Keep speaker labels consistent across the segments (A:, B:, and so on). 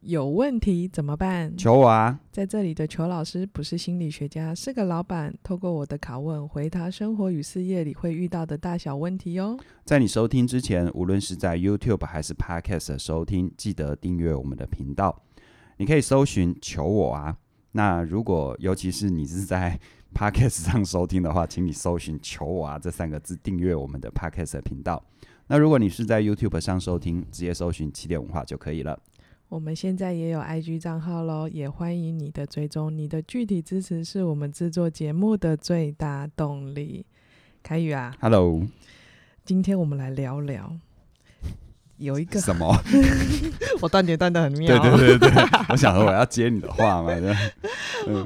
A: 有问题怎么办？
B: 求我啊！
A: 在这里的裘老师不是心理学家，是个老板。透过我的拷问，回答生活与事业里会遇到的大小问题哟、
B: 在你收听之前，无论是在 YouTube 还是 Podcast 的收听，记得订阅我们的频道。你可以搜寻“求我啊”。那如果尤其是你是在 Podcast 上收听的话，请你搜寻“求我啊”这三个字，订阅我们的 Podcast 的频道。那如果你是在 YouTube 上收听，直接搜寻“起点文化”就可以了。
A: 我们现在也有 IG 账号喽，也欢迎你的追踪。你的具体支持是我们制作节目的最大动力。凯宇啊，
B: Hello，
A: 今天我们来聊聊有一个，
B: 什么？
A: 我断点断的很妙
B: 对。对对对，我想说我要接你的话嘛。对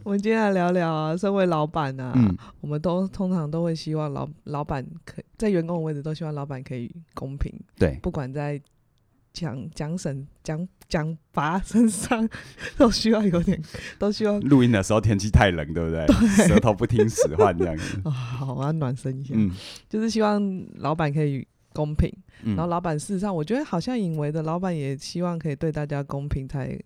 A: 我们今天来聊聊啊，身为老板啊，
B: 嗯，
A: 我们都通常都会希望老老板可在员工的位置都希望老板可以公平，
B: 对，
A: 不管在奖奖审奖奖罚身上 都需要有点，都需要
B: 录音的时候天气太冷，对不对？舌头不听使唤这样子。
A: 啊、好，我要暖身一下，
B: 嗯
A: 就是希望老板可以公平。
B: 嗯，
A: 然后老板事实上，我觉得好像以为的老板也希望可以对大家公平才，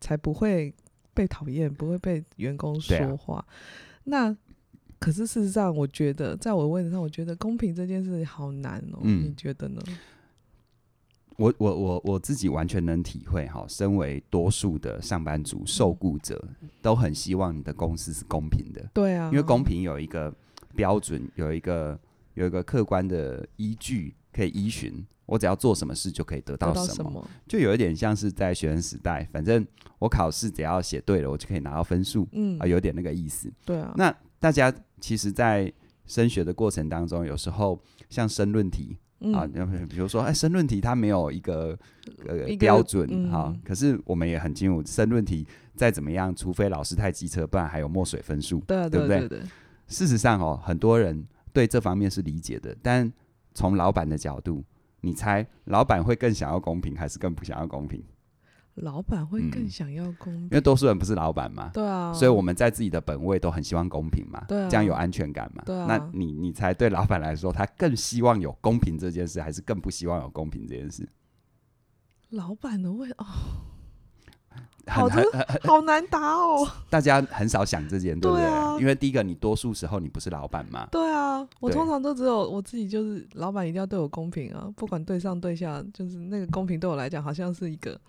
A: 才不会被讨厌，不会被员工
B: 对啊
A: 说话。那可是事实上，我觉得在我位置上，我觉得公平这件事好难哦。
B: 嗯
A: 你觉得呢？
B: 我我我我自己完全能体会哈，身为多数的上班族、受
A: 嗯
B: 雇者，都很希望你的公司是公平的，
A: 对啊，
B: 因为公平有一个标准，有一个有一个客观的依据可以依循。我只要做什么事就可以得
A: 得
B: 到
A: 到
B: 什么，
A: 么？
B: 就有一点像是在学生时代，反正我考试只要写对了，我就可以拿到分数
A: 嗯
B: 啊、，有点那个意思。
A: 对啊，
B: 那大家其实，在升学的过程当中，有时候像申论题，
A: 嗯
B: 啊，那比如说，哎，申论题它没有一个呃
A: 一个
B: 标准哈、
A: 嗯
B: 可是我们也很清楚，申论题再怎么样，除非老师太机车，不然还有墨水分数。
A: 对啊，
B: 对
A: 啊
B: 不
A: 对
B: 对
A: 啊对啊，
B: 事实上哦，很多人对这方面是理解的，但从老板的角度，你猜老板会更想要公平，还是更不想要公平？
A: 老板会更
B: 嗯
A: 想要公平
B: 因，为多数人不是老板嘛，
A: 对啊，
B: 所以我们在自己的本位都很希望公平嘛，
A: 对啊
B: 这样有安全感嘛。
A: 对啊
B: 那你你才对老板来说，他更希望有公平这件事，还是更不希望有公平这件事？
A: 老板的位 哦，
B: 很
A: 好
B: 很
A: 的好难答哦。
B: 大家很少想这件，对不对？
A: 对啊
B: 因为第一个，你多数时候你不是老板嘛，
A: 对啊，我
B: 对
A: 通常都只有我自己，就是老板一定要对我公平啊，不管对上对下，就是那个公平对我来讲，好像是一个，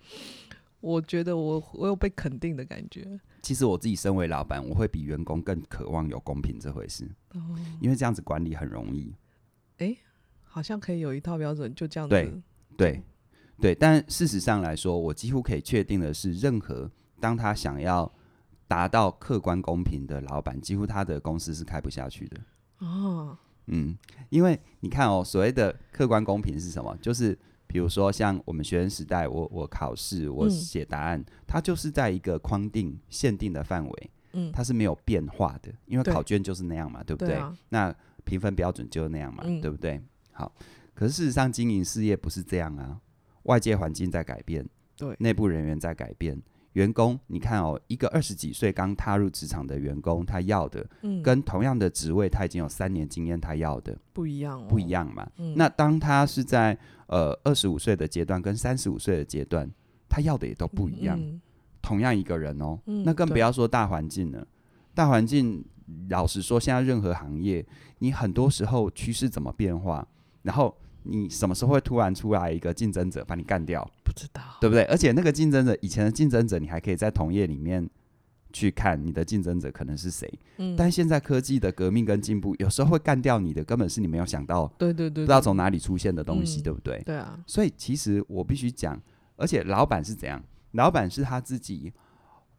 A: 我觉得我我有被肯定的感觉。
B: 其实我自己身为老板，我会比员工更渴望有公平这回事，
A: 哦，
B: 因为这样子管理很容易。
A: 好像可以有一套标准，就这样
B: 对
A: 子。
B: 对，对，但事实上来说，我几乎可以确定的是，任何当他想要达到客观公平的老板，几乎他的公司是开不下去的。
A: 哦，
B: 嗯，因为你看哦，所谓的客观公平是什么？就是比如说像我们学生时代，我我考试，我
A: 嗯
B: 写答案，它就是在一个框定限定的范围，
A: 嗯，
B: 它是没有变化的，因为
A: 对
B: 考卷就是那样嘛，对不
A: 对啊，
B: 那评分标准就是那样嘛，
A: 嗯
B: 对不对？好，可是事实上经营事业不是这样啊，外界环境在改变，
A: 对
B: 内部人员在改变。员工，你看哦，一个二十几岁刚踏入职场的员工，他要的
A: 嗯，
B: 跟同样的职位他已经有三年经验，他要的
A: 不一样哦，
B: 不一。样嘛。
A: 嗯，
B: 那当他是在呃二十五岁的阶段跟三十五岁的阶段，他要的也都不一样。
A: 嗯
B: 同样一个人哦，
A: 嗯
B: 那更不
A: 对
B: 要说大环境了。大环境，老实说，现在任何行业，你很多时候趋势怎么变化，然后你什么时候会突然出来一个竞争者把你干掉，
A: 不知道。
B: 对不对？而且那个竞争者，以前的竞争者，你还可以在同业里面去看你的竞争者可能是谁。
A: 嗯，
B: 但现在科技的革命跟进步，有时候会干掉你的，根本是你没有想到，
A: 对对
B: 不
A: 对，
B: 知道从哪里出现的东西，
A: 嗯
B: 对不对？
A: 对啊，
B: 所以其实我必须讲，而且老板是怎样？老板是他自己，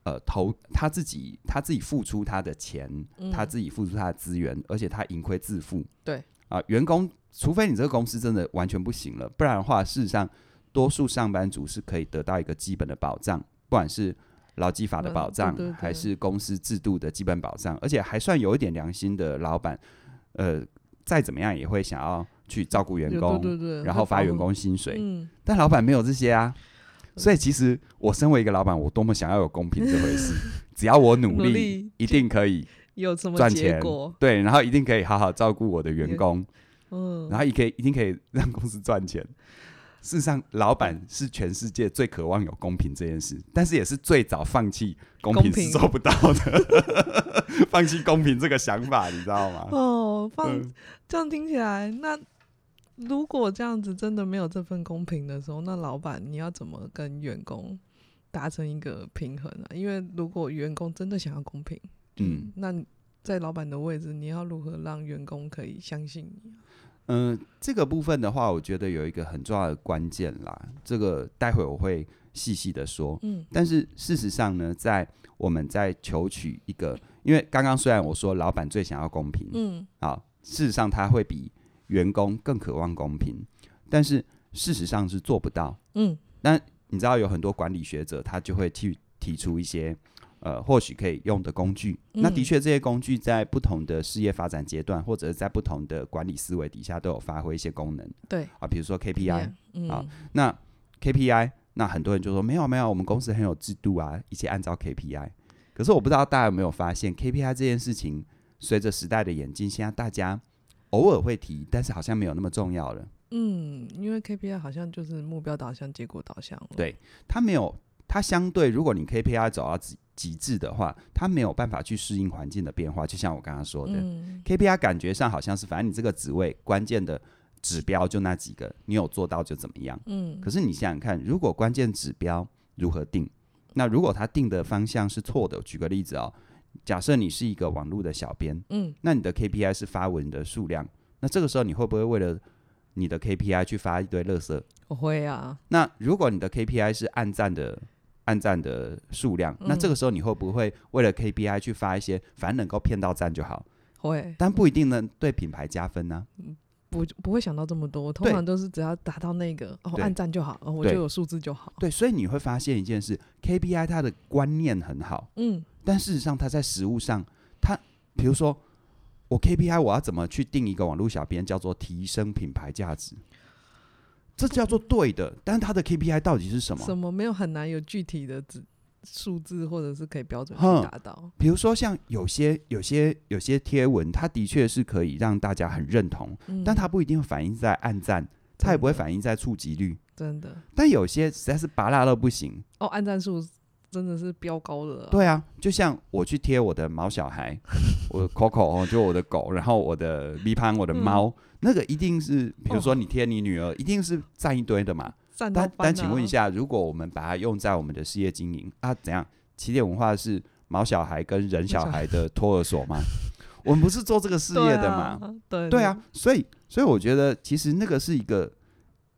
B: 呃，投他自己，他自己付出他的钱，
A: 嗯
B: 他自己付出他的资源，而且他盈亏自负。
A: 对
B: 啊、员工，除非你这个公司真的完全不行了，不然的话，事实上，多数上班族是可以得到一个基本的保障，不管是劳基法的
A: 嗯
B: 保
A: 对
B: 障，
A: 对对
B: 还是公司制度的基本保障，而且还算有一点良心的老板，呃，再怎么样也会想要去照顾员
A: 有
B: 工，
A: 对对对，
B: 然后发员
A: 工。
B: 工薪水。
A: 嗯，
B: 但老板没有这些啊。所以其实我身为一个老板，我多么想要有公平这回 事，只要我努
A: 努
B: 力，
A: 力
B: 一定可以
A: 有什么
B: 赚
A: 结
B: 钱
A: 果？，
B: 对，然后一定可以好好照顾我的员工，
A: 嗯，
B: 然后也可以一定可以让公司赚钱。事实上，老板是全世界最渴望有公平这件事，但是也是最早放弃公平
A: 公平
B: 是做不到 的，放弃公平这个想法，你知道吗？
A: 哦，放、
B: 啊嗯
A: 这样听起来，那如果这样子真的没有这份公平的时候，那老板你要怎么跟员工达成一个平衡啊？因为如果员工真的想要公平，
B: 嗯
A: 那你在老板的位置，你要如何让员工可以相信你啊？
B: 嗯、这个部分的话，我觉得有一个很重要的关键啦，这个待会我会细细的说。
A: 嗯
B: 但是事实上呢，在我们在求取一个，因为刚刚虽然我说老板最想要公平，
A: 嗯
B: 啊，事实上他会比员工更渴望公平，但是事实上是做不到。
A: 嗯
B: 你知道有很多管理学者，他就会去提出一些呃，或许可以用的工具。
A: 嗯
B: 那的确，这些工具在不同的事业发展阶段，或者是在不同的管理思维底下，都有发挥一些功能
A: 对
B: 啊，比如说 KPI。
A: yeah，嗯
B: 好那 KPI，那很多人就说没有没有，我们公司很有制度啊，一切按照 KPI。可是我不知道大家有没有发现，KPI 这件事情，随着时代的演进，现在大家偶尔会提，但是好像没有那么重要了。
A: 嗯，因为 KPI 好像就是目标导向、结果导向了。
B: 对它没有，它相对，如果你 KPI 走到极极致的话，它没有办法去适应环境的变化。就像我刚刚说的、
A: 嗯
B: k p i 感觉上好像是，反正你这个职位关键的指标就那几个，你有做到就怎么样。
A: 嗯
B: 可是你想想看，如果关键指标如何定？那如果他定的方向是错的，举个例子哦，假设你是一个网络的小编，
A: 嗯
B: 那你的 KPI 是发文的数量，那这个时候你会不会为了你的 KPI 去发一堆垃圾？
A: 我会啊，
B: 那如果你的 KPI 是按赞的按赞的数量，那这个时候你会不会为了 KPI 去发一些反正能够骗到赞就好，
A: 会，
B: 但不一定能对品牌加分啊呢、
A: 不不会想到这么多，通
B: 对
A: 常都是只要达到那个哦，
B: 对
A: 按赞就好，哦，我
B: 对
A: 就有数字就好。
B: 对，所以你会发现一件事，KPI 它的观念很好，
A: 嗯
B: 但事实上，他在实物上，他比如说，我 KPI 我要怎么去定一个网络小编叫做提升品牌价值，这叫做对的。但是他的 KPI 到底是什么？
A: 什么没有很难有具体的指数字，或者是可以标准去
B: 哼
A: 达到。
B: 比如说像有些有些有些贴文，它的确是可以让大家很认同，
A: 嗯，
B: 但它不一定反映在按赞，它也不会反映在触及率。
A: 真的
B: 但有些实在是拔辣到不行，
A: 哦，按赞数真的是飙高了啊。
B: 对啊，就像我去贴我的毛小孩， 我的 Coco 哦，就我的狗，然后我的 V 潘，我的猫，那个一定是，比如说你贴你女儿，一定是占一堆的嘛。
A: 赞到
B: 但
A: 翻
B: 但
A: 啊
B: 请问一，下，如果我们把它用在我们的事业经营啊，怎样？起点文化是毛小孩跟人小孩的托儿所吗？ 我们不是做这个事
A: 对
B: 业的嘛？
A: 啊？对
B: 对啊，，所以所以我觉得其实那个是一个，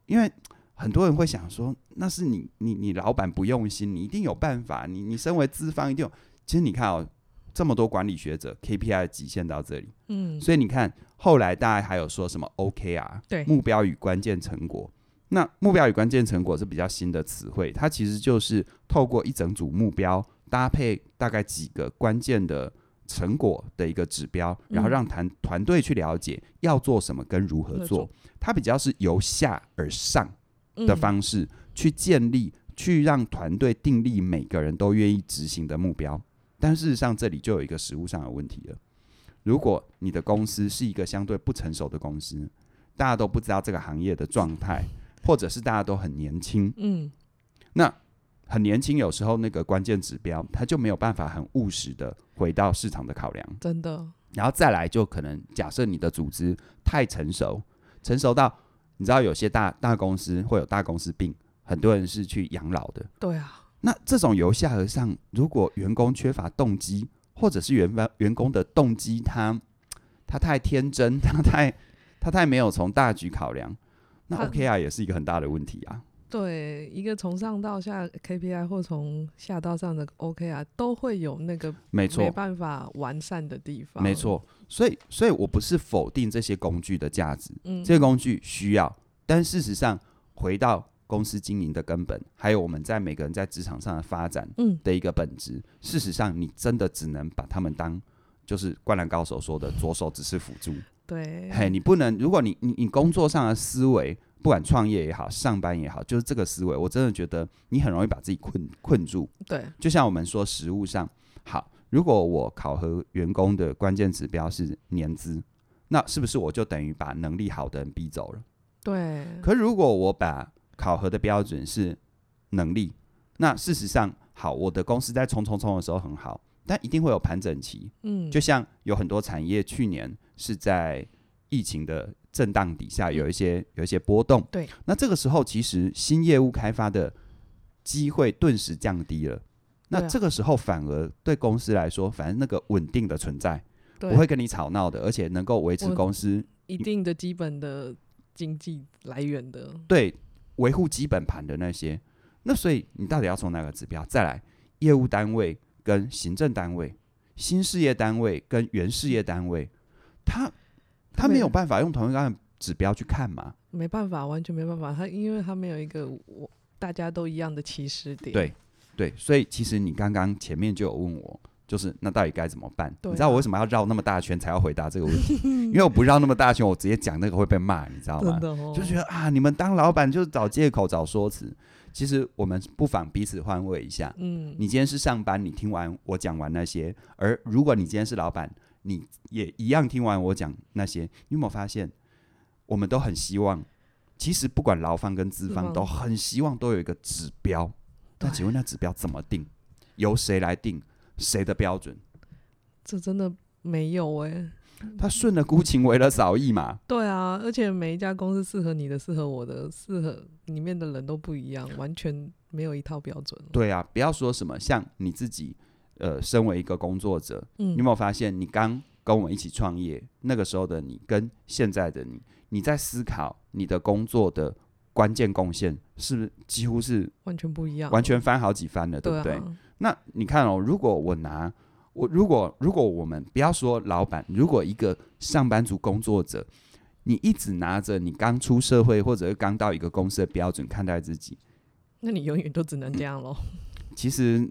B: 因为很多人会想说，那是你你你老板不用心，你一定有办法，你你身为资方一定有。其实你看哦，这么多管理学者 KPI 的极限到这里，
A: 嗯，
B: 所以你看后来大家还有说什么 OKR，
A: 对
B: 目标与关键成果。那目标与关键成果是比较新的词汇，它其实就是透过一整组目标搭配大概几个关键的成果的一个指标，
A: 嗯
B: 然后让团团队去了解要做什么跟如何
A: 合
B: 做
A: 作。
B: 它比较是由下而上
A: 嗯
B: 的方式去建立，去让团队订立每个人都愿意执行的目标。但事实上，这里就有一个实务上的问题了。如果你的公司是一个相对不成熟的公司，大家都不知道这个行业的状态，或者是大家都很年轻，
A: 嗯
B: 那很年轻有时候那个关键指标，它就没有办法很务实的回到市场的考量。
A: 真的
B: 然后再来就可能假设你的组织太成熟，成熟到你知道有些大大公司会有大公司病，很多人是去养老的。
A: 对啊，
B: 那这种由下而上，如果员工缺乏动机，或者是员方员工的动机他他太天真， 他太他太没有从大局考量，那
A: 他
B: OKR 也是一个很大的问题啊。
A: 对一个从上到下 KPI 或从下到上的 OK 啊，都会有那个
B: 没
A: 没
B: 错，
A: 办法完善的地方。
B: 没，错。所以，所以我不是否定这些工具的价值，
A: 嗯，
B: 这些工具需要，但事实上，回到公司经营的根本，还有我们在每个人在职场上的发展
A: 嗯
B: 的一个本质，事实上，你真的只能把他们当就是《灌篮高手》说的左手只是辅助，
A: 对，
B: 嘿，你不能，如果你你你工作上的思维，不管创业也好，上班也好，就是这个思维，我真的觉得你很容易把自己困困住。
A: 对，
B: 就像我们说实物上，好，如果我考核员工的关键指标是年资，那是不是我就等于把能力好的人逼走了？
A: 对，
B: 可如果我把考核的标准是能力。那事实上，好，我的公司在冲冲冲的时候很好，但一定会有盘整期。
A: 嗯，
B: 就像有很多产业去年是在疫情的震荡底下有一些有一些波动，
A: 嗯对，
B: 那这个时候其实新业务开发的机会顿时降低了。那
A: 对啊
B: 这个时候反而对公司来说，反正那个稳定的存在，
A: 对
B: 不会跟你吵闹的，而且能够维持
A: 我
B: 公司
A: 一定的基本的经济来源的，
B: 对维护基本盘的那些。那所以你到底要从哪个指标？再来，业务单位跟行政单位、新事业单位跟原事业单位，他他
A: 他没
B: 没有办法用同一个指标去看嘛？
A: 没办法，完全没办法。他因为他没有一个我大家都一样的起始点，
B: 对对，所以其实你刚刚前面就有问我，就是那到底该怎么办？
A: 对啊
B: 你知道我为什么要绕那么大圈才要回答这个问题？ 因为我不绕那么大圈，我直接讲那个会被骂，你知道吗
A: 真？的哦，
B: 就觉得啊，你们当老板就是找借口、找说辞。其实我们不妨彼此换位一下，
A: 嗯，
B: 你今天是上班，你听完我讲完那些；而如果你今天是老板，你也一样听完我讲那些。你有没有发现，我们都很希望，其实不管劳方跟资
A: 资
B: 方
A: 方
B: 都很希望都有一个指标。那
A: 对
B: 请问那指标怎么定？由谁来定？谁的标准？
A: 这真的没有哎、
B: 他顺了孤情，为了少义嘛。
A: 对啊，而且每一家公司适合你的、适合我的、适合里面的人都不一样，完全没有一套标准。
B: 对啊，不要说什么像你自己，呃，身为一个工作者，
A: 嗯
B: 你有没有发现，你刚跟我们一起创业那个时候的你，跟现在的你，你在思考你的工作的关键贡献，是不是几乎是
A: 完全不一样，
B: 完全翻好几番了，对
A: 嗯对
B: 不对？
A: 啊，
B: 那你看哦，如果我拿我如果如果我们不要说老板，如果一个上班族工作者，你一直拿着你刚出社会或者是刚到一个公司的标准看待自己，
A: 那你永远都只能这样咯。
B: 其实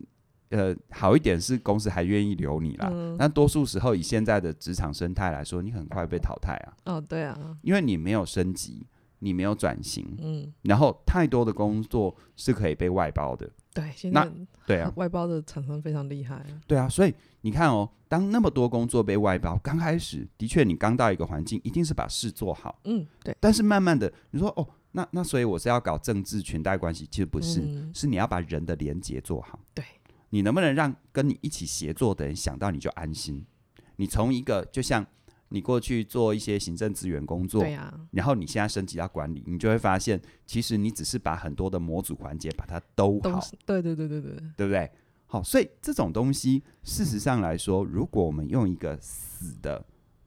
B: 呃好一点是公司还愿意留你啦，
A: 嗯，
B: 那多数时候，以现在的职场生态来说，你很快被淘汰啊，
A: 哦，对啊，
B: 因为你没有升级，你没有转型，
A: 嗯，
B: 然后太多的工作是可以被外包的。
A: 对，现
B: 那
A: 在
B: 对啊，
A: 外包的厂商非常厉害啊，
B: 对啊，所以你看哦，当那么多工作被外包，刚开始的确你刚到一个环境，一定是把事做好，
A: 嗯，对，
B: 但是慢慢的，你说哦，那那所以我是要搞政治裙带关系，其实不是，
A: 嗯
B: 是你要把人的连结做好。
A: 对，
B: 你能不能让跟你一起协作的人想到你就安心？你从一个就像你过去做一些行政资源工作，
A: 对啊，
B: 然后你现在升级到管理，你就会发现，其实你只是把很多的模组环节把它兜
A: 都
B: 好，
A: 是，对对对对对，
B: 对不对？好，所以这种东西，事实上来说，如果我们用一个死的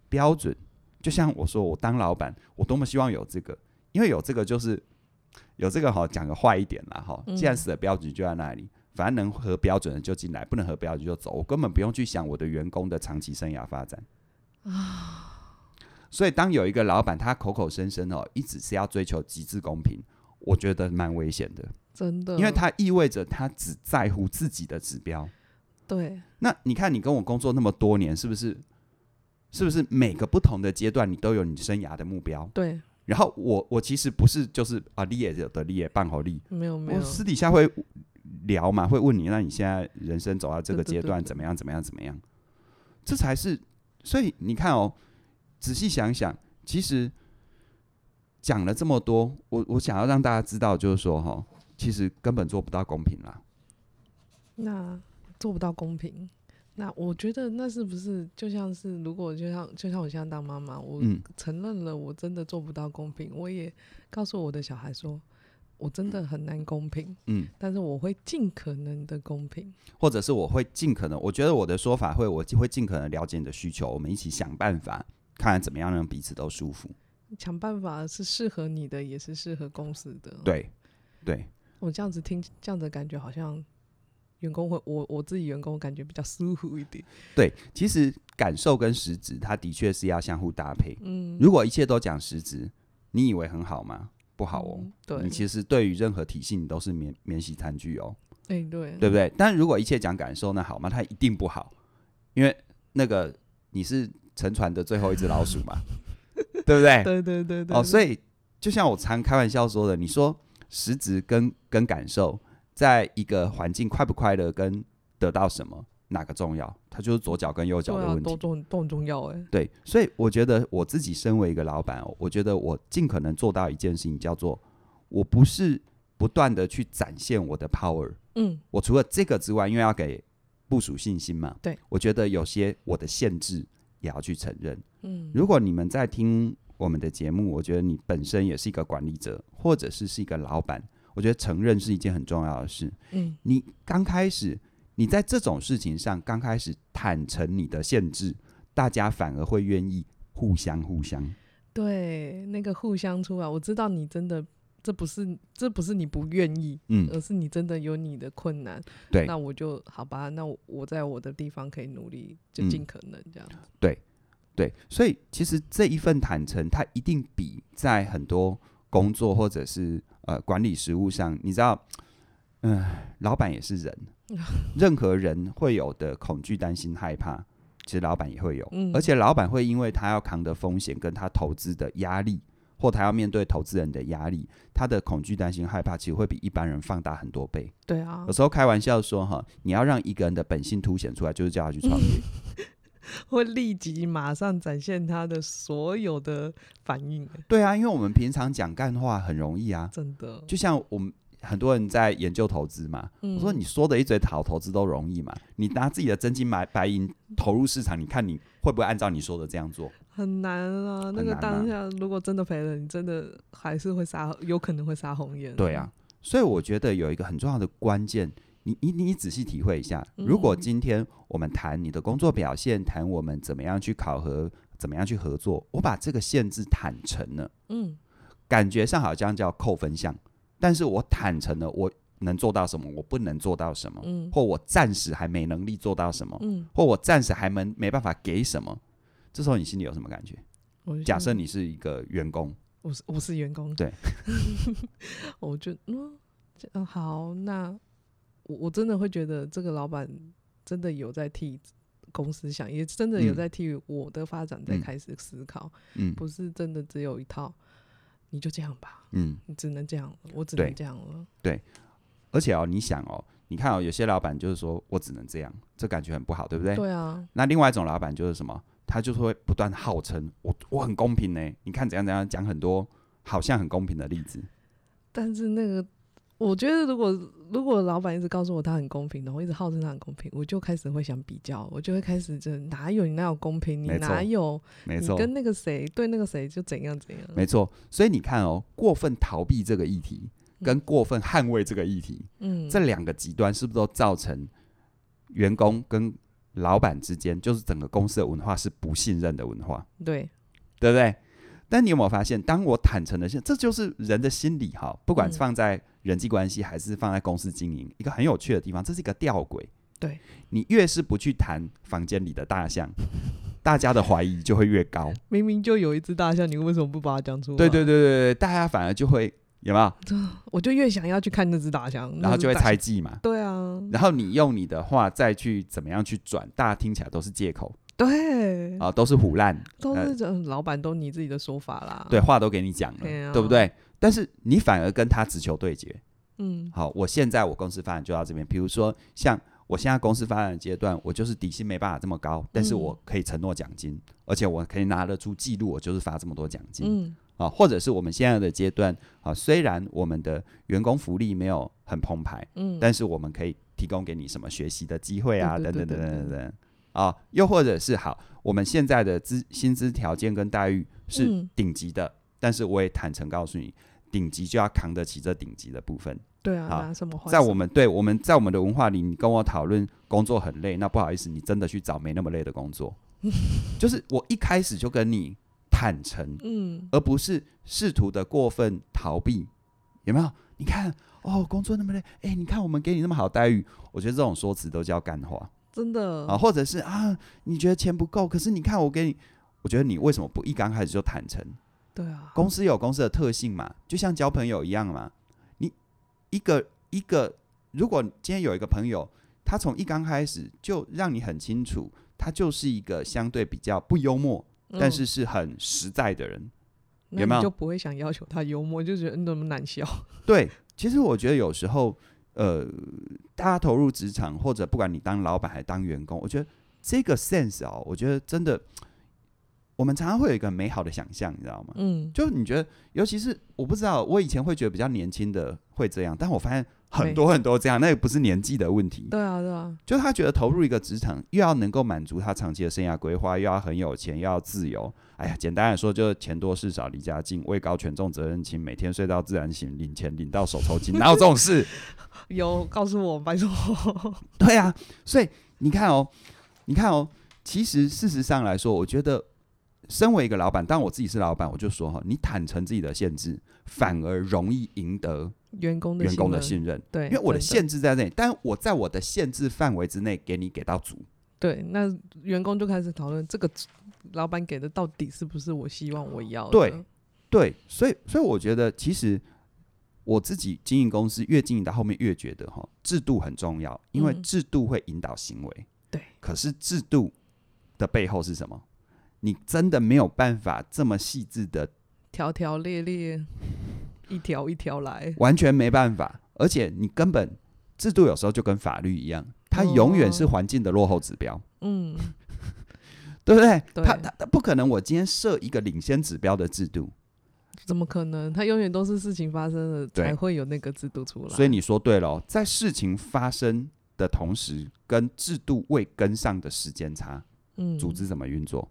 B: 标准，就像我说，我当老板，我多么希望有这个，因为有这个就是有这个哈，讲个坏一点啦哈，
A: 嗯
B: 既然死的标准就在那里，反正能合标准的就进来，不能合标准就走，我根本不用去想我的员工的长期生涯发展所以，当有一个老板他口口声声哦，一直是要追求极致公平，我觉得蛮危险的，
A: 真的，
B: 因为它意味着他只在乎自己的指标。
A: 对
B: 那你看，你跟我工作那么多年，是不是？是不是每个不同的阶段，你都有你生涯的目标？
A: 对，
B: 然后我我其实不是就是啊，你也有的，你也办好力，
A: 没有没
B: 我
A: 有，
B: 私底下会聊嘛，会问你，那你现在人生走到这个
A: 对对
B: 阶
A: 对
B: 段
A: 对
B: 怎么样？怎么样？怎么样？这才是，所以你看哦，仔细想想，其实讲了这么多，我我想要让大家知道，就是说哈、哦，其实根本做不到公平啦。
A: 那做不到公平。那我觉得那是不是就像是如果就像就像我现在当妈妈，我
B: 嗯，
A: 承认了我真的做不到公平，我也告诉我的小孩说，我真的很难公平，
B: 嗯，
A: 但是我会尽可能的公平。
B: 或者是我会尽可能，我觉得我的说法会，我会尽可能了解你的需求，我们一起想办法，看怎么样让彼此都舒服。
A: 想办法是适合你的，也是适合公司的。，
B: 对，对，
A: 我这样子听，这样子感觉好像员工会，我我自己员工感觉比较舒服一点。
B: 对，其实感受跟实质，它的确是要相互搭配。
A: 嗯，
B: 如果一切都讲实质，你以为很好吗？不好哦
A: 嗯。对，
B: 你其实对于任何体系，你都是免免洗餐具哦，
A: 哎、对，
B: 对不对？但如果一切讲感受，那好吗？它一定不好，因为那个你是沉船的最后一只老鼠 嘛，对不对？
A: 对对对对
B: 哦，所
A: 以
B: 以就像我常开玩笑说的，你说实质跟跟感受，在一个环境快不快乐跟得到什么哪个重要，它就是左脚跟右脚
A: 对
B: 的
A: 啊
B: 问，题。
A: 都重都很重要哎、
B: 对，所以我觉得我自己身为一个老板哦，我觉得我尽可能做到一件事情，叫做我不是不断的去展现我的 power。
A: 嗯
B: 我除了这个之外，因为要给部署信心嘛，
A: 对，
B: 我觉得有些我的限制也要去承认。
A: 嗯
B: 如果你们在听我们的节目，我觉得你本身也是一个管理者，或者是是一个老板，我觉得承认是一件很重要的事。
A: 嗯
B: 你刚开始，你在这种事情上刚开始坦诚你的限制，大家反而会愿意互相互相。
A: 对，那个互相出来，我知道你真的。这不是这不是你不愿意，
B: 嗯，
A: 而是你真的有你的困难。
B: 对
A: 呃那我就好吧，那我我在我的地方可以努力，就
B: 嗯
A: 尽可能这样子。
B: 对，所以其实这一份坦诚，它一定比在很多工作或者是呃管理实务上，你知道，嗯、老板也是人，任何人会有的恐惧、担心、害怕，其实老板也会有，
A: 嗯
B: 而且老板会因为他要扛的风险跟他投资的压力。或他要面对投资人的压力，他的恐惧、担心、害怕，其实会比一般人放大很多倍。
A: 对啊
B: 有，时候开玩笑说，哈，你要让一个人的本性凸显出来，就是叫他去创业。
A: 会立即马上展现他的所有的反应，欸
B: 对啊，因为我们平常讲干话很容易啊，
A: 真的。
B: 就像我们很多人在研究投资嘛，
A: 嗯
B: 我说你说的一嘴好投资都容易嘛，你拿自己的真金买白银投入市场，你看你会不会按照你说的这样做？
A: 很难啊，那
B: 很
A: 个
B: 难
A: 当
B: 啊
A: 下如果真的赔了，你真的还是会杀，有可能会杀红眼。
B: 对啊，，所以我觉得有一个很重要的关键，你你你仔细体会一下，如果
A: 嗯
B: 今天我们谈你的工作表现，谈我们怎么样去考核，怎么样去合作，我把这个限制坦诚了，
A: 嗯，
B: 感觉上好像叫扣分项，但是我坦诚了，我能做到什么，我不能做到什么，
A: 嗯
B: 或我暂时还没能力做到什么，
A: 嗯，
B: 或我暂时还没没办法给什么，这时候你心里有什么感觉？
A: 我就
B: 假
A: 想
B: 设你是一个员工，
A: 我是我是员工，
B: 对，
A: 我就嗯这嗯好，那我我真的会觉得这个老板真的有在替公司想，也真的有
B: 嗯
A: 在替我的发展在
B: 嗯
A: 开始思考，
B: 嗯
A: 不是真的只有一套，你就这样吧，
B: 嗯，
A: 你只能这样了，我只
B: 对
A: 能这样了，
B: 而且哦，你想哦，你看哦，有些老板就是说我只能这样，这感觉很不好，对不对？
A: 对啊，
B: 那另外一种老板就是什么？他就是会不断号称我我很公平呢，你看怎样怎样，讲很多好像很公平的例子，
A: 但是那个，我觉得如果如果老板一直告诉我他很公平，然后一直号称他很公平，我就开始会想比较，我就会开始就哪有你哪有公平，你
B: 没错
A: 哪有
B: 没
A: 你
B: 错，
A: 跟那个谁对那个谁就怎样怎样，
B: 没错。所以你看哦，过分逃避这个议题跟过分捍卫这个议题，
A: 嗯，
B: 这两个极端是不是都造成员工跟老板之间，就是整个公司的文化是不信任的文化，
A: 对，
B: 对不对？但你有没有发现，当我坦诚的现，这就是人的心理哈，不管
A: 嗯
B: 是放在人际关系还是放在公司经营，一个很有趣的地方，这是一个吊诡。
A: 对，
B: 你越是不去谈房间里的大象， 大家的怀疑就会越 高。
A: 明明就有一只大象，你为什么不把它讲出来？
B: 对对对对对，大家反而就会有没有？
A: 我就越想要去看那只大象，
B: 然
A: 那
B: 后
A: 只
B: 就会
A: 嗯大象
B: 猜。忌嘛。
A: 对啊，
B: 然后你用你的话再去怎么样去转，大家听起来都是借口
A: 对，
B: 啊、都是胡乱，
A: 都
B: 呃
A: 是这种老板都你自己的说法啦。
B: 对，，话都给你讲了，
A: 啊对啊
B: 对不对？但是你反而跟他直球对决。
A: 嗯
B: 好，我现在我公司发展就到这边，比如说像我现在公司发展的阶段，我就是底薪没办法这么高，但是
A: 嗯
B: 我可以承诺奖金，而且我可以拿得出记录，我就是发这么多奖金。
A: 嗯
B: 啊，或者是我们现在的阶段啊，虽然我们的员工福利没有很澎湃，
A: 嗯，
B: 但是我们可以提供给你什么学习的机会啊，
A: 对
B: 等
A: 对对
B: 等等
A: 对
B: 等等等啊，又或者是好，我们现在的资薪资条件跟待遇是
A: 嗯
B: 顶级的，但是我也坦诚告诉你，顶级就要扛得起这顶级的部分。
A: 对啊，
B: 好
A: 拿什么换
B: 在
A: 什
B: 我
A: 么
B: 们对我们在我们的文化里，你跟我讨论工作很累，那不好意思，你真的去找没那么累的工作。就是我一开始就跟你坦诚，
A: 嗯
B: 而不是试图的过分逃避，有没有？你看哦，工作那么累，哎、你看我们给你那么好待遇，我觉得这种说辞都叫干话
A: 真的
B: 啊，或者是啊，你觉得钱不够，可是你看我给你，我觉得你为什么不一刚开始就坦诚？
A: 对啊，
B: 公司有公司的特性嘛，就像交朋友一样嘛，你一个一个，如果今天有一个朋友，他从一刚开始就让你很清楚，他就是一个相对比较不幽默，但
A: 嗯
B: 是是很实在的人。
A: 那
B: 有没有
A: 你就不会想要求他幽默，就觉得你怎么难笑？
B: 对，其实我觉得有时候，呃，大家投入职场，或者不管你当老板还当员工，我觉得这个 sense 哦，我觉得真的，我我们常常会有一个美好的想象，你知道吗？
A: 嗯，
B: 就你觉得，尤其是我不知道，我以前会觉得比较年轻的会这样，但我发现很
A: 没
B: 多很多这样，那也不是年纪的问题，
A: 对啊，对啊，
B: 就他觉得投入一个职场，又要能够满足他长期的生涯规划，又要很有钱，又要自由。哎呀，简单来说，就是钱多事少，离家近，位高权重，责任轻，每天睡到自然醒，领钱领到手抽筋，哪有这种事？
A: 有告诉我，拜托，
B: 对啊，所以你看哦，你看哦，其实事实上来说，我觉得身为一个老板，当我自己是老板，我就说哈，你坦诚自己的限制，反而容易赢得
A: 员工的
B: 员工的
A: 任，
B: 信任，
A: 对，
B: 因为我的
A: 真
B: 限制在这里，但我在我的限制范围之内给你给到足。
A: 对，那员工就开始讨论这个老板给的到底是不是我希望我要的，
B: 对对，所以所以我觉得其实。我自己经营公司，越经营到后面越觉得哈，制度很重要，因为
A: 嗯
B: 制度会引导行为。
A: 对，
B: 可是制度的背后是什么？你真的没有办法这么细致的，
A: 条条列列，一条一条来，
B: 完全没办法。而且你根本制度有时候就跟法律一样，它永远是
A: 哦
B: 环境的落后指标，
A: 嗯，
B: 对不对？它
A: 对
B: 它它不可能，我今天设一个领先指标的制度，
A: 怎么可能？他永远都是事情发生了
B: 对
A: 才会有那个制度出来，
B: 所以你说对了哦，在事情发生的同时，跟制度未跟上的时间差，
A: 嗯，
B: 组织怎么运作，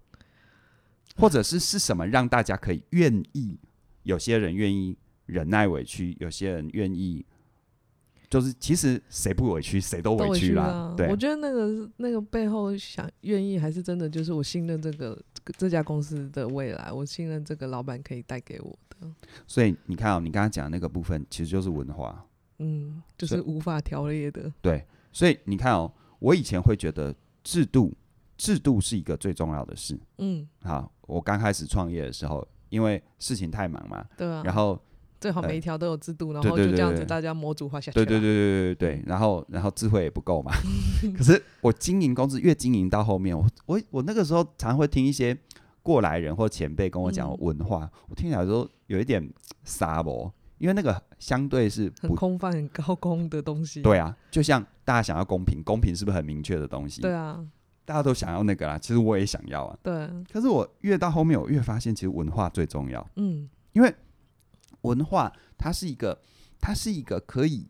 B: 或者是是什么让大家可以愿意？有些人愿意忍耐委屈，有些人愿意，就是其实谁不委屈，谁都
A: 都
B: 委
A: 委
B: 屈
A: 屈
B: 啦。
A: 啦。
B: 对
A: 我，觉得那个那个背后想愿意还是真的，就是我信任这个这家公司的未来，我信任这个老板可以带给我的，
B: 所以你看哦，你刚刚讲的那个部分其实就是文化。
A: 嗯，就是是无法条列的，
B: 对，所以你看哦，我以前会觉得制度，制度是一个最重要的事。
A: 嗯，
B: 好，我刚开始创业的时候，因为事情太忙嘛，
A: 对啊。
B: 然后
A: 最好
B: 呃
A: 每一条都有制度，然
B: 对
A: 后
B: 对
A: 就
B: 对
A: 这样子
B: 对
A: 大家模组化下去啊
B: 对
A: 啦。
B: 对对对对对对，然后然后智慧也不 够嘛。可是我经营公司越经营到后面，我我我那个时候常会听一些过来人或前辈跟我讲
A: 嗯
B: 文化，我听起来都有一点傻博，因为那个相对是
A: 很
B: 不
A: 空泛、很高空的东西。
B: 对啊，就像大家想要公平，公平是不是很明确的东西？
A: 对啊，
B: 大家都想要那个啦，其实我也想要啊。
A: 对，
B: 可是我越到后面，我越发现其实文化最重要。
A: 嗯，
B: 因为文化它是一个，它是一个可以，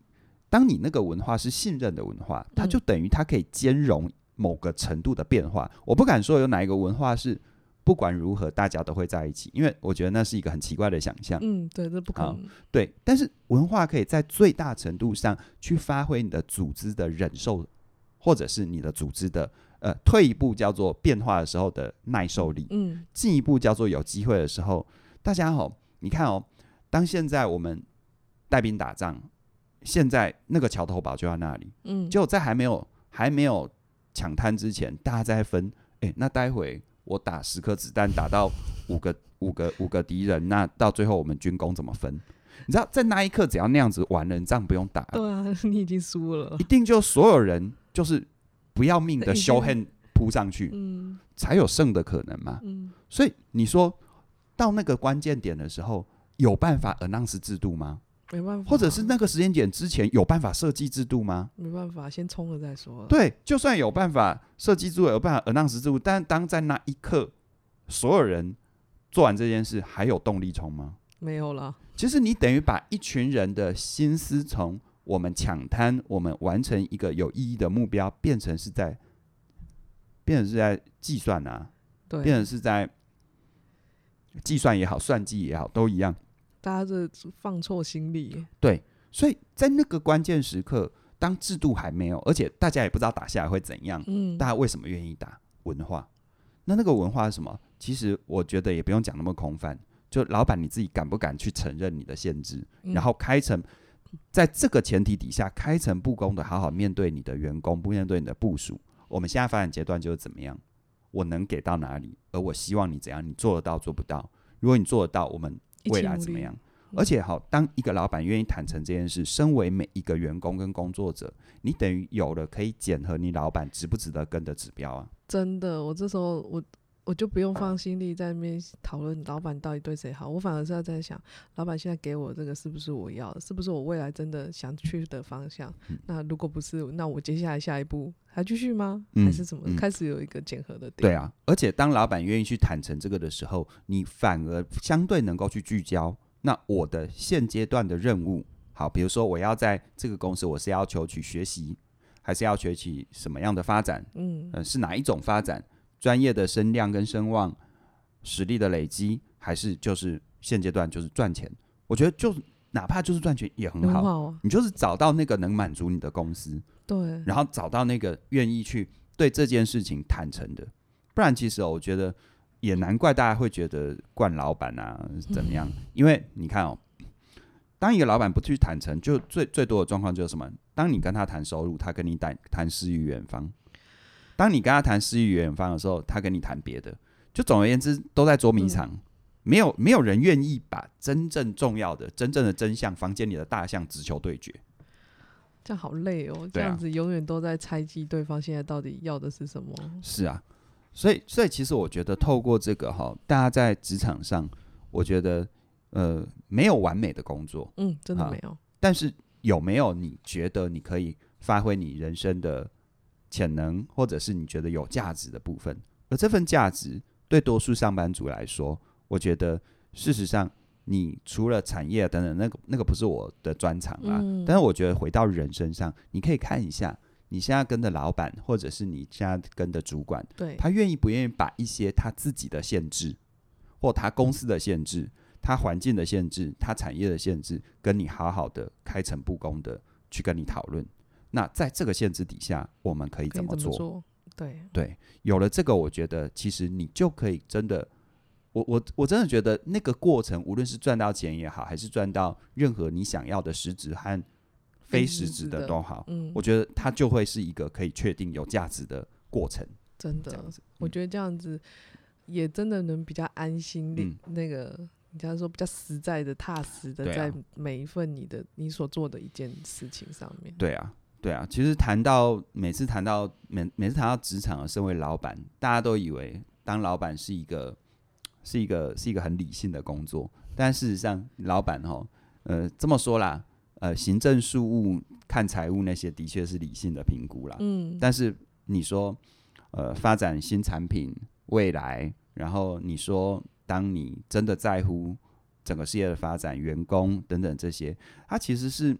B: 当你那个文化是信任的文化，它就等于它可以兼容某个程度的变化。我不敢说有哪一个文化是不管如何大家都会在一起，因为我觉得那是一个很奇怪的想象。
A: 嗯，对，这不可
B: 啊好
A: 能。
B: 对，但是文化可以在最大程度上去发挥你的组织的忍受，或者是你的组织的呃退一步叫做变化的时候的耐受力。
A: 嗯，
B: 进一步叫做有机会的时候，大家好、你看哦，当现在我们带兵打仗，现在那个桥头堡就在那里，
A: 嗯，
B: 结果在还没有还没有抢滩之前，大家在分，诶，那待会我打十颗子弹打到五个 五个五个敌人，那到最后我们军工怎么分？你知道，在那一刻，只要那样子完了，你仗不用打，
A: 对啊， 你已经输了
B: 一。定就所有人就是不要命的
A: 已经
B: show hand 扑上去，
A: 嗯
B: 才有胜的可能嘛。
A: 嗯，
B: 所以你说到那个关键点的时候，有办法 announce 制度吗？
A: 没办法，
B: 或者是那个时间点之前有办法设计制度吗？
A: 没办法，先冲了再说。，
B: 对，就算有办法设计制度，有办法 announce 制度，但当在那一刻，所有人做完这件事，还有动力冲吗？
A: 没有了。
B: 其实你等于把一群人的心思从我们抢滩，我们完成一个有意义的目标，变成是在，变成是在计算啊，变
A: 对，
B: 成是在计算也好，算计也好，都一样。
A: 大家这放错心理。
B: 所以在那个关键时刻，当制度还没有，而且大家也不知道打下来会怎样，
A: 嗯，
B: 大家为什么愿意打文化？那那个文化是什么？其实我觉得也不用讲那么空泛，就老板你自己敢不敢去承认你的限制，
A: 嗯
B: 然后开诚，在这个前提底下，开诚布公的好好面对你的员工，不面对你的部署。我们现在发展阶段就是怎么样，我能给到哪里，而我希望你怎样，你做得到做不到？如果你做得到，我们
A: 一起
B: 未来
A: 努
B: 怎么
A: 力
B: 样？
A: 嗯
B: 而且好，当一个老板愿意坦诚这件事，身为每一个员工跟工作者，你等于有了可以检核你老板值不值得跟的指标啊。
A: 真的，我这时候我我就不用放心力在那边讨论老板到底对谁好，我反而是要在想，老板现在给我这个是不是我要的，是不是我未来真的想去的方向？
B: 嗯
A: 那如果不是，那我接下来下一步还继续吗？
B: 嗯
A: 还是怎么？
B: 嗯
A: 开始有一个检核的点。
B: 对啊，而且当老板愿意去坦诚这个的时候，你反而相对能够去聚焦。那我的现阶段的任务，好，比如说我要在这个公司，我是要求取学习，还是要学习什么样的发展？
A: 嗯，
B: 呃，是哪一种发展？专业的声量跟声望，实力的累积，还是就是现阶段就是赚钱？我觉得就哪怕就是赚钱也很
A: 很
B: 嗯好，
A: 好啊，
B: 你就是找到那个能满足你的公司，
A: 对，
B: 然后找到那个愿意去对这件事情坦诚的，不然其实哦我觉得也难怪大家会觉得惯老板啊怎么样，因为你看哦，当一个老板不去坦诚，就最最多的状况就是什么？当你跟他谈收入，他跟你谈谈诗与远方；当你跟他谈诗与远方的时候，他跟你谈别的。就总而言之，都在捉迷藏。没有，没有人愿意把真正重要的、真正的真相、房间里的大象直球对决。
A: 这样好累哦，这
B: 对啊
A: 样子永远都在猜忌对方现在到底要的是什么。
B: 是啊，所以所以其实我觉得透过这个哈，大家在职场上，我觉得呃没有完美的工作，
A: 嗯，真的
B: 啊
A: 没有。
B: 但是有没有你觉得你可以发挥你人生的潜能，或者是你觉得有价值的部分？而这份价值对多数上班族来说，我觉得事实上，你除了产业等等，那个那个不是我的专长啦。
A: 嗯
B: 但是我觉得回到人身上，你可以看一下你现在跟的老板，或者是你现在跟的主管，
A: 对，
B: 他愿意不愿意把一些他自己的限制，或他公司的限制、他环境的限制、他产业的限制，跟你好好的开诚布公的去跟你讨论。那在这个限制底下，我们可以
A: 可以
B: 怎么
A: 么
B: 做？
A: 做？对，
B: 对，有了这个，我觉得其实你就可以真的，我我我真的觉得那个过程，无论是赚到钱也好，还是赚到任何你想要的实质和非
A: 非
B: 实
A: 实
B: 质
A: 质
B: 的
A: 的
B: 都好，
A: 嗯
B: 我，觉得它就会是一个可以确定有价值的过程。
A: 真
B: 这
A: 的
B: 样，子，
A: 我
B: 嗯
A: 觉得这样子也真的能比较安心的、
B: 嗯
A: 那个。人家说比较实在的、踏实的，
B: 对啊
A: 在每一份你的你所做的一件事情上面，
B: 对啊，对啊。其实谈到每次谈到每每次谈到职场，啊身为老板，大家都以为当老板是一个是一个是一个很理性的工作，但事实上，老板哈，呃，这么说啦，呃，行政事务看财务那些的确是理性的评估啦，
A: 嗯，
B: 啊但是你说，呃，发展新产品未来，然后你说，当你真的在乎整个事业的发展、员工等等这些，它其实是，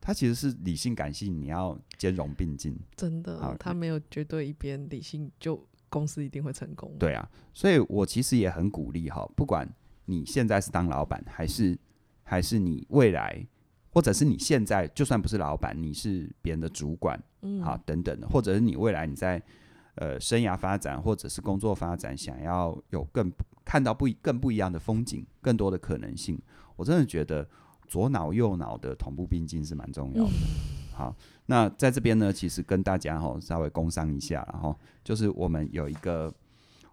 B: 它其实是理性感性，你要兼容并进。
A: 真
B: 好
A: 的，他没有绝对一边理性，就公司一定会成功。，
B: 对啊，所以我其实也很鼓励哈，不管你现在是当老板，还是还是你未来，或者是你现在就算不是老板，你是别人的主管，
A: 嗯，
B: 好，等等的，或者是你未来你在呃生涯发展或者是工作发展，想要有更看到不一更不一样的风景，更多的可能性，我真的觉得左脑右脑的同步并进是蛮重要的。
A: 嗯
B: 好，那在这边呢，其实跟大家哈、稍微工商一下啦齁，然后就是我们有一个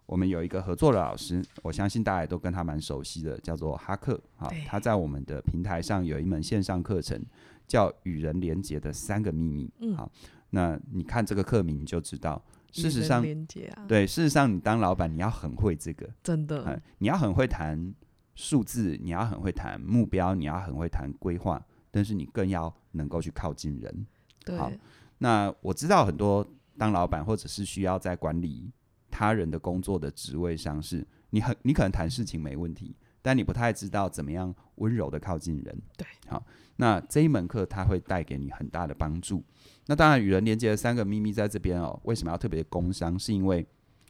B: 我们有一个合作的老师，我相信大家也都跟他蛮熟悉的，叫做哈克。好
A: 对，
B: 他在我们的平台上有一门线上课程，叫《与人连结的三个秘密》。
A: 嗯
B: 好，那你看这个课名你就知道，
A: 与
B: 事实
A: 人
B: 上，
A: 连接啊，，
B: 对，事实上你当老板你要很会这个，
A: 真
B: 呃
A: 的，
B: 你要很会谈数字，你要很会谈目标，你要很会谈规划，但是你更要能够去靠近人。
A: 对，
B: 好那我知道很多当老板或者是需要在管理他人的工作的职位上是，你很你可能谈事情没问题，但你不太知道怎么样温柔的靠近人。
A: 对，
B: 好，那这一门课它会带给你很大的帮助。那当然，与人连接的三个秘密在这边哦。为什么要特别工商？是因为，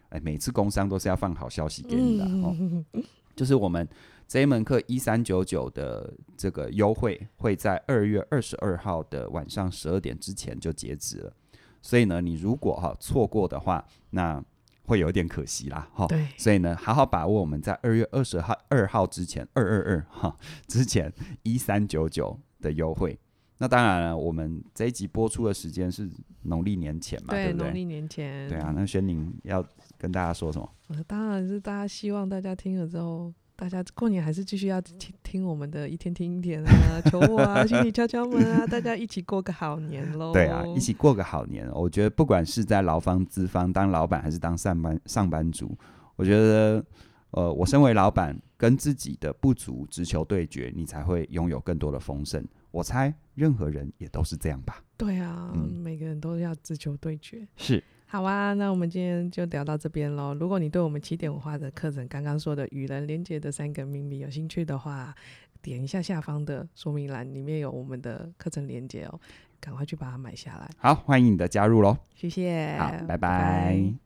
B: 哎，每次工商都是要放好消息给你的啊、哦。
A: 嗯
B: 就是我们这一门课一三九九的这个优惠会在二月二十二号的晚上十二点之前就截止了，所以呢，你如果哈、错过的话，那会有一点可惜啦，哈、
A: 对，
B: 所以呢，好好把握我们在二月二十号二号之前，二二二哈之前一三九九的优惠。那当然了，我们这一集播出的时间是农历年前嘛，对
A: 对，
B: 不
A: 农
B: 对？
A: 历年前，
B: 对啊，，那轩宁要跟大家说什么？
A: 我呃当然是大家希望大家听了之后，大家过年还是继续要听听我们的一天听一点啊，求我啊， 心里敲敲门啊，大家一起过个好年喽。
B: 对啊，一起过个好年。我觉得不管是在劳方、资方当老板，还是当上班上班族，我觉得，呃，我身为老板，跟自己的不足直球对决，你才会拥有更多的丰盛。我猜任何人也都是这样吧。
A: 对啊，
B: 嗯
A: 每个人都要自求对决。
B: 是，
A: 好啊，那我们今天就聊到这边喽。如果你对我们起点文化的课程刚刚说的与人连接的三个秘密有兴趣的话，点一下下方的说明栏，里面有我们的课程连接哦，赶快去把它买下来。
B: 好，欢迎你的加入喽。
A: 谢谢，
B: 好，拜拜。
A: 拜